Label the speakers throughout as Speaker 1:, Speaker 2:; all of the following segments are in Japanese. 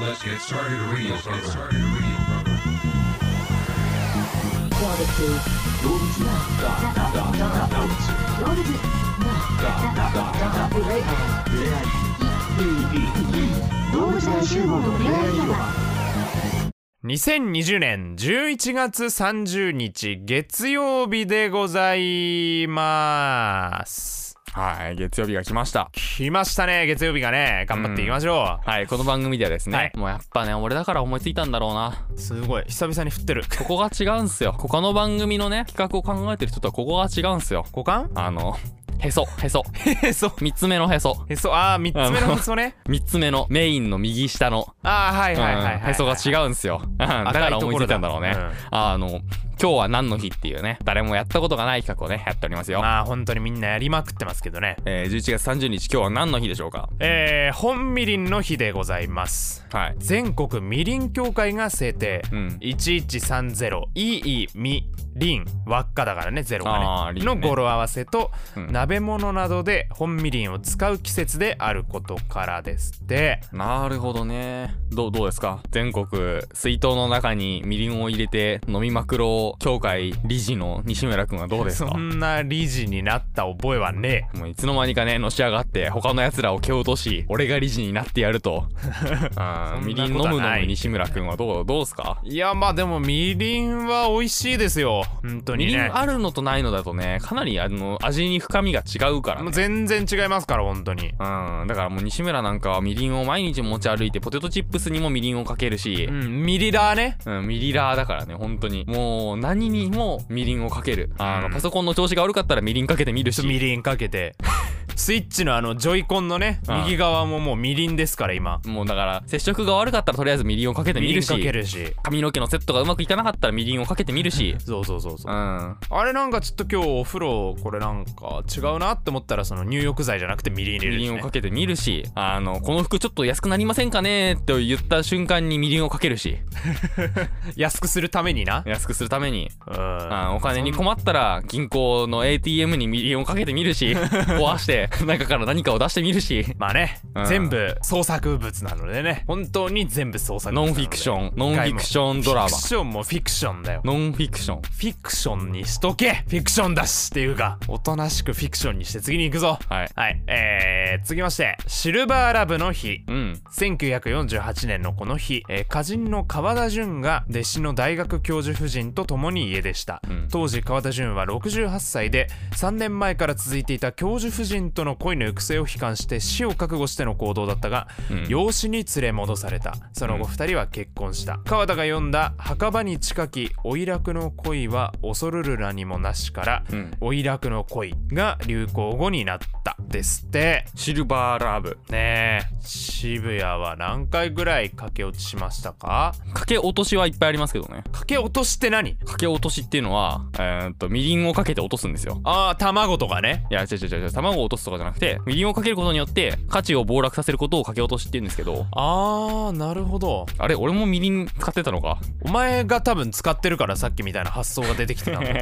Speaker 1: Let's get started radio get started radio
Speaker 2: Dogs
Speaker 3: 2020年11月30日月曜日でございます。
Speaker 4: はい、月曜日が来ました。
Speaker 3: 来ましたね、月曜日がね。頑張っていきましょ
Speaker 4: はい、この番組ではですね、
Speaker 3: はい
Speaker 4: もうやっぱね、俺だから思いついたんだろうな。
Speaker 3: う。すごい、久々に振ってる。
Speaker 4: ここが違うんすよ。他の番組のね、企画を考えてる人とはここが違うんすよ。
Speaker 3: 股間
Speaker 4: あの、へそ、へそ。
Speaker 3: へそ。
Speaker 4: 三つ目のへそ。
Speaker 3: へそ、あー、三つ目のへそね。
Speaker 4: 三つ目のメインの右下の、
Speaker 3: あー、はいはいはいはい、
Speaker 4: うんへそが違うんすよ。うんだから思いついたんだろうね。あの、今日は何の日っていうね、誰もやったことがない企画をね、やっておりますよ。
Speaker 3: まあ、本当にみんなやりまくってますけどね。
Speaker 4: えー、11月30日、今日は何の日でしょうか
Speaker 3: えー、本みりんの日でございます。
Speaker 4: はい。
Speaker 3: 全国みりん協会が制定。
Speaker 4: うん。
Speaker 3: 1130いいみりん輪っかだからねゼロ
Speaker 4: あ
Speaker 3: が
Speaker 4: ー
Speaker 3: ね
Speaker 4: りんね
Speaker 3: の語呂合わせと、
Speaker 4: うん
Speaker 3: 鍋物などで本みりんを使う季節であることからですで
Speaker 4: なるほどね。どう、どうですか全国、水筒の中にみりんを入れて飲みまくろう、協会理事の西村くんはどうですか
Speaker 3: そんな理事になった覚えはね
Speaker 4: もういつの間にかね、のし上がって、他の奴らを蹴落とし、俺が理事になってやる と。あーみりん飲むのに西村くんはどう、どうすか
Speaker 3: えいやまあでもみりんは美味しいですよ本当
Speaker 4: み
Speaker 3: に
Speaker 4: りん
Speaker 3: ね
Speaker 4: あるのとないのだとね、かなりあの、味に深みが違うから
Speaker 3: もう
Speaker 4: ね。
Speaker 3: 全然違いますから本当に
Speaker 4: うん、だからもう西村なんかはみりんを毎日持ち歩いて、ポテトチップスにもみりんをかけるし、
Speaker 3: うんミリラーね
Speaker 4: うん、ミリラーだからね、本当に。もう、何にもみりんをかける。あの、
Speaker 3: うん
Speaker 4: パソコンの調子が悪かったらみりんかけてみる
Speaker 3: ちょ
Speaker 4: し
Speaker 3: っと。みりんかけ てスイッチのあのジョイコンのね
Speaker 4: うん
Speaker 3: 右側ももうみりんですから今
Speaker 4: もうだから、接触が悪かったらとりあえずみりんをかけてみ
Speaker 3: みり
Speaker 4: る
Speaker 3: んかけ
Speaker 4: し。
Speaker 3: るし
Speaker 4: 髪の毛のセットがうまくいかなかったらみりんをかけてみるし。
Speaker 3: そうそうそうそう
Speaker 4: うん。
Speaker 3: あれなんかちょっと今日お風呂これなんか違うなって思ったらその入浴剤じゃなくてみりん入れ
Speaker 4: み
Speaker 3: る
Speaker 4: り
Speaker 3: し、
Speaker 4: んを
Speaker 3: ね
Speaker 4: か、けてみるし。あの、この服ちょっと安くなりませんかねって言った瞬間にみりんをかけるし。
Speaker 3: 安くするためにな
Speaker 4: 安くするために。
Speaker 3: うん
Speaker 4: うん、お金に困ったら銀行の ATM にみりんをかけてみ るし。壊して、中から何かを出してみるし。
Speaker 3: まあね、
Speaker 4: うん
Speaker 3: 全部創作物なのでね本当に全部創作物な
Speaker 4: ノン
Speaker 3: の
Speaker 4: フ
Speaker 3: で
Speaker 4: ィクション、ノンフィクションドラマ
Speaker 3: フィク。ションもフィクションだよ
Speaker 4: ノンフィクション。
Speaker 3: フィクションにしとけフィクションだしっていうかおとなしくフィクションにして次に行くぞ
Speaker 4: はい。
Speaker 3: はいえー、続きましてシルバーラブの日
Speaker 4: うん。
Speaker 3: 1948年のこの日、えー歌人の川田純が弟子の大学教授夫人と共に家出した、
Speaker 4: うん
Speaker 3: 当時川田純は68歳で3年前から続いていた教授夫人との恋の行く末を悲観して死を覚悟しての行動だったが、
Speaker 4: うん
Speaker 3: 養子に連れ戻されたその後2人は結婚した、川田が読んだ「墓場に近きおいらくの恋は恐るるなにもなし」から「
Speaker 4: うん
Speaker 3: おいらくの恋」が流行語になったですって
Speaker 4: シルバーラブ。
Speaker 3: ねえ渋谷は何回ぐらい駆け落ちしましたか
Speaker 4: かけ落としはいっぱいありますけどね。
Speaker 3: 駆け落としって何
Speaker 4: かけ落としっていうのは、えーっと、みりんをかけて落とすんですよ。
Speaker 3: ああ卵とかね
Speaker 4: いや、違う違う違う、卵を落とすとかじゃなくて、みりんをかけることによって、価値を暴落させることをかけ落としって言うんですけど、
Speaker 3: ああなるほど
Speaker 4: あれ、俺もみりん使ってたの か。
Speaker 3: お前が多分使ってるからさっきみたいな発想が出てき てたんだ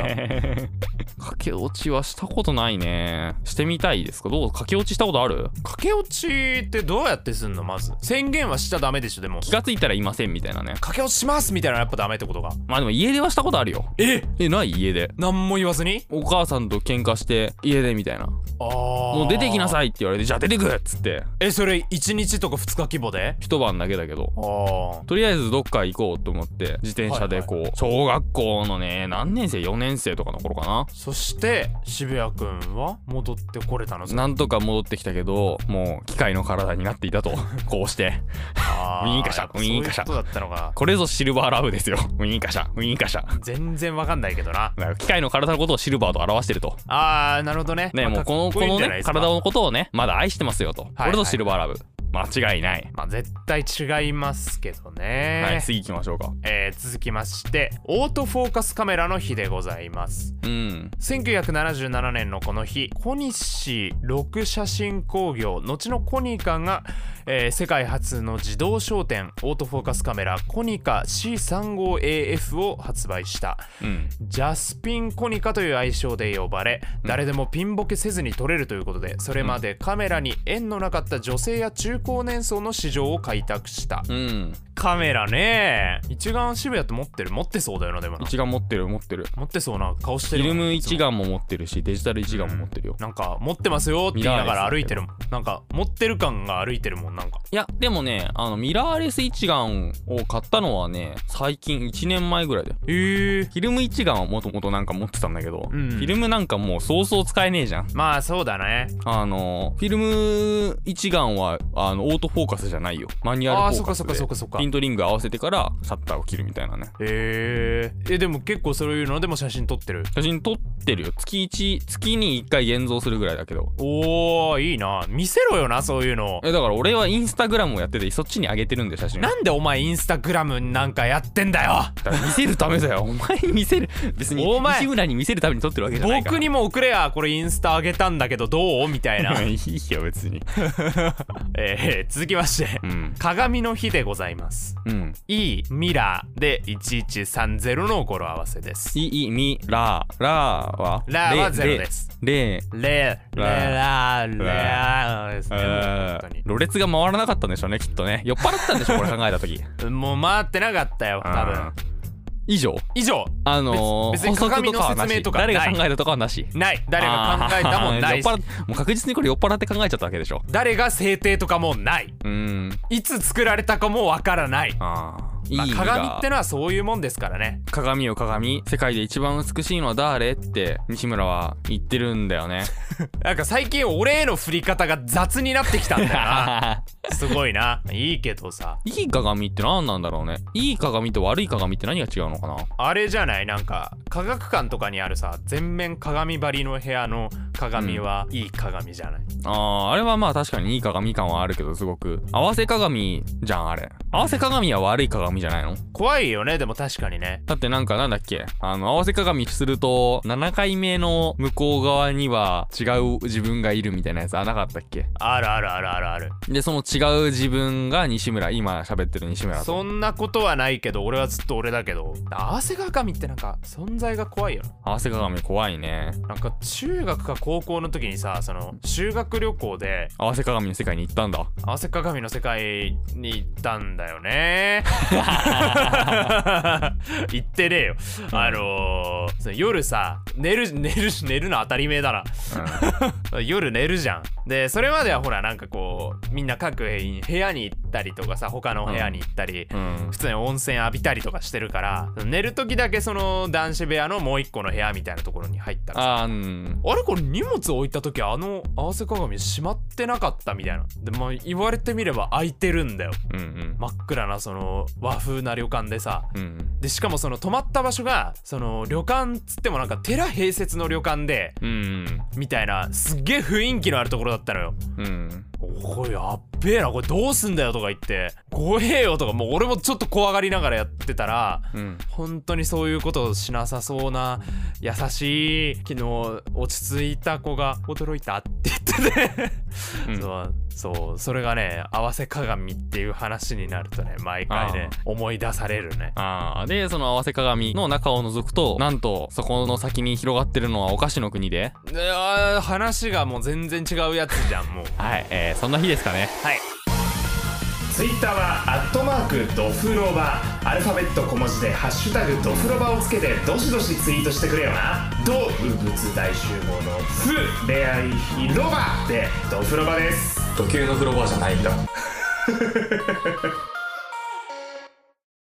Speaker 4: かけ落ちはしたことないね。してみたいですかどうかけ落ちしたことある
Speaker 3: 駆け落ちってどうやってすんのまず宣言はしちゃダメでしょでも
Speaker 4: 気がついたらいませんみたいなね。
Speaker 3: 駆け落ちしますみたいなのやっぱダメってことか
Speaker 4: まあでも家出はしたことあるよ。
Speaker 3: え
Speaker 4: え、ない家出。
Speaker 3: 何も言わずに
Speaker 4: お母さんと喧嘩して家出みたいな。
Speaker 3: ああ
Speaker 4: も
Speaker 3: も
Speaker 4: う出てきないさいって言われて、じゃあ出てくっつって、
Speaker 3: えそれ1日とか2日規模で
Speaker 4: 一晩だけだけど。
Speaker 3: ああ
Speaker 4: とりあえずどっか行こうと思って自転車でこう、小学校のね何年生4年生とかの頃かな
Speaker 3: そして渋谷くんは戻ってこれたの
Speaker 4: なんとか戻ってきたけどもう機械の体になっていたと こうして
Speaker 3: あ
Speaker 4: ウィーンカシャ
Speaker 3: やっぱそう
Speaker 4: ウィーンカシャ
Speaker 3: いうことだったのか
Speaker 4: これぞシルバーラブですよウィンカシャウィンカシャ
Speaker 3: 全然わかんないけどな
Speaker 4: だから機械の体のことをシルバーと表してると
Speaker 3: あーなるほどね
Speaker 4: ね
Speaker 3: まあ
Speaker 4: もうこの
Speaker 3: かっ
Speaker 4: こ
Speaker 3: いいん
Speaker 4: の
Speaker 3: じゃない
Speaker 4: ね
Speaker 3: ですか
Speaker 4: 体のことをねまだ愛してますよと、
Speaker 3: はい
Speaker 4: これぞシルバーラブ間違いない、
Speaker 3: まあ絶対違いますけどね、
Speaker 4: はい次行きましょうか
Speaker 3: えー続きましてオートフォーカスカメラの日でございます、
Speaker 4: ううん
Speaker 3: 1977年のこの日小西六写真工業後のコニカが、えー世界初の自動焦点オートフォーカスカメラコニカ C35AF を発売した
Speaker 4: うん
Speaker 3: ジャスピンコニカという愛称で呼ばれ誰でもピンボケせずに撮れるということでそれまでカメラに縁のなかった女性や中高年層の市場を開拓した
Speaker 4: うん
Speaker 3: カメラね一眼渋谷って持ってる持ってそうだよなでもな
Speaker 4: 一眼持ってる持ってる
Speaker 3: 持ってそうな顔して
Speaker 4: フ
Speaker 3: る
Speaker 4: ィ
Speaker 3: も
Speaker 4: ル
Speaker 3: ん
Speaker 4: ム
Speaker 3: いつも
Speaker 4: 一眼も持ってるしデジタル一眼も持ってるよ、
Speaker 3: なんか持ってますよって言いながら歩いてるもんなんか持ってる感が歩いてるもんなんか
Speaker 4: いやでもねあのミラーレス一眼を買ったのはね最近1年前ぐらいだよ
Speaker 3: へえ
Speaker 4: フィルム一眼はもともとなんか持ってたんだけど、
Speaker 3: うん
Speaker 4: フィルムなんかもうそうそう使えねえじゃん
Speaker 3: まあそうだね
Speaker 4: あのフィルム一眼はあのオートフォーカスじゃないよマニュ
Speaker 3: あ
Speaker 4: ア
Speaker 3: あ
Speaker 4: ルフ
Speaker 3: そっ
Speaker 4: ォーカ
Speaker 3: か
Speaker 4: ス
Speaker 3: そっかそっかそ
Speaker 4: で
Speaker 3: っか
Speaker 4: ピントリング合わせてからシャッターを切るみたいなね
Speaker 3: へーえでも結構それのでも写真撮ってる
Speaker 4: 写真撮ってるよ月1月に1回現像するぐらいだけど
Speaker 3: おーいいな見せろよなそういうの
Speaker 4: えだから俺はインスタグラムをやっててそっちに上げてるんで写真を
Speaker 3: なんでお前インスタグラムなんかやってんだよ
Speaker 4: だから見せるためだよ お前に見せる別に
Speaker 3: お前
Speaker 4: 西村に見せるために撮ってるわけじゃないから、
Speaker 3: 僕にも送れやこれインスタ上げたんだけどどうみたいな
Speaker 4: いいよ別に
Speaker 3: えー続きまして
Speaker 4: うん
Speaker 3: 鏡の日でございます
Speaker 4: うん
Speaker 3: いいミラーで1130の語呂合わせです
Speaker 4: いいみららは
Speaker 3: ラは
Speaker 4: れ
Speaker 3: ゼロです
Speaker 4: れれ
Speaker 3: レレラレラですね
Speaker 4: あ
Speaker 3: 本当
Speaker 4: ーろれつが回らなかったんでしょうねきっとね酔っ払ったん でしょこれ考えた時
Speaker 3: にもう回ってなかったよ多
Speaker 4: うん
Speaker 3: 分
Speaker 4: 以上
Speaker 3: 以上
Speaker 4: あのー、
Speaker 3: 別別に
Speaker 4: 補足
Speaker 3: 鏡の
Speaker 4: はなし
Speaker 3: 説明とか
Speaker 4: 誰が
Speaker 3: ない
Speaker 4: 考えたとかはなし
Speaker 3: ない誰が考えたもんないし
Speaker 4: あー酔っ 払っもう確実にこれ酔っ払って考えちゃったわけでしょ
Speaker 3: 誰が制定とかもない
Speaker 4: うん
Speaker 3: いつ作られたかもわからない
Speaker 4: あーいい
Speaker 3: まあ
Speaker 4: が
Speaker 3: 鏡ってのはそういうもんですからね
Speaker 4: 鏡よ鏡世界で一番美しいのは誰って西村は言ってるんだよね
Speaker 3: なんか最近俺への振り方が雑になってきたんだよ なすごいないいけどさ
Speaker 4: いい鏡って何なんだろうねいい鏡と悪い鏡って何が違うのかな
Speaker 3: あれじゃないなんか科学館とかにあるさ全面鏡張りの部屋の鏡はいい鏡じゃない、
Speaker 4: あーあれはまあ確かにいい鏡感はあるけどすごく合わせ鏡じゃんあれ合わせ鏡は悪い鏡じゃないの
Speaker 3: 怖いよねでも確かにね
Speaker 4: だってなんかなんだっけあの合わせ鏡すると7回目の向こう側には違う自分がいるみたいなやつあなかったっけ
Speaker 3: あるあるあるあるある
Speaker 4: でその違う自分が西村今喋ってる西村と
Speaker 3: そんなことはないけど俺はずっと俺だけど合わせ鏡ってなんか存在が怖いよ
Speaker 4: 合わせ鏡怖いね
Speaker 3: ななんか中学か高校の時にさその修学旅行で
Speaker 4: 合わせ鏡の世界に行ったんだ
Speaker 3: 合わせ鏡の世界に行ったんだよ ね行ってねえよあのーその夜さ寝る寝る寝るの当たり前だな 夜寝るじゃんでそれまではほらなんかこうみんな各部屋に行ったりとかさ他の部屋に行ったり、
Speaker 4: うん、うん
Speaker 3: 普通に温泉浴びたりとかしてるから寝る時だけその男子部屋のもう一個の部屋みたいなところに入ったらさ
Speaker 4: あーうん
Speaker 3: あれこれ荷物置いた時あの合わせ鏡閉まってなかったみたいなでまあ言われてみれば開いてるんだよ
Speaker 4: うんうん
Speaker 3: 真っ暗なその和風な旅館でさ
Speaker 4: うん
Speaker 3: でしかもその泊まった場所がその旅館っつってもなんか寺併設の旅館で
Speaker 4: うん
Speaker 3: みたいなすっげえ雰囲気のあるところだったのよ
Speaker 4: うん
Speaker 3: おいやっべえなこれどうすんだよとか言って怖えよとかもう俺もちょっと怖がりながらやってたら
Speaker 4: うん
Speaker 3: 本当にそういうことをしなさそうな優しい昨日落ち着いた子が驚いたって言ってて、
Speaker 4: う ん
Speaker 3: そうそうそれがね合わせ鏡っていう話になるとね毎回ね思い出されるね
Speaker 4: あーでその合わせ鏡の中を覗くとなんとそこの先に広がってるのはお菓子の国で
Speaker 3: いやー話がもう全然違うやつじゃんもう
Speaker 4: はい、えー、そんな日ですかね
Speaker 3: はい
Speaker 5: ツイッターはアットマークドフロバアルファベット小文字で「ハッシュタグドフロバ」をつけてどしどしツイートしてくれよな動物大集合の「フ恋愛広場」でドフロバです
Speaker 4: 時計の風呂場じゃないんだ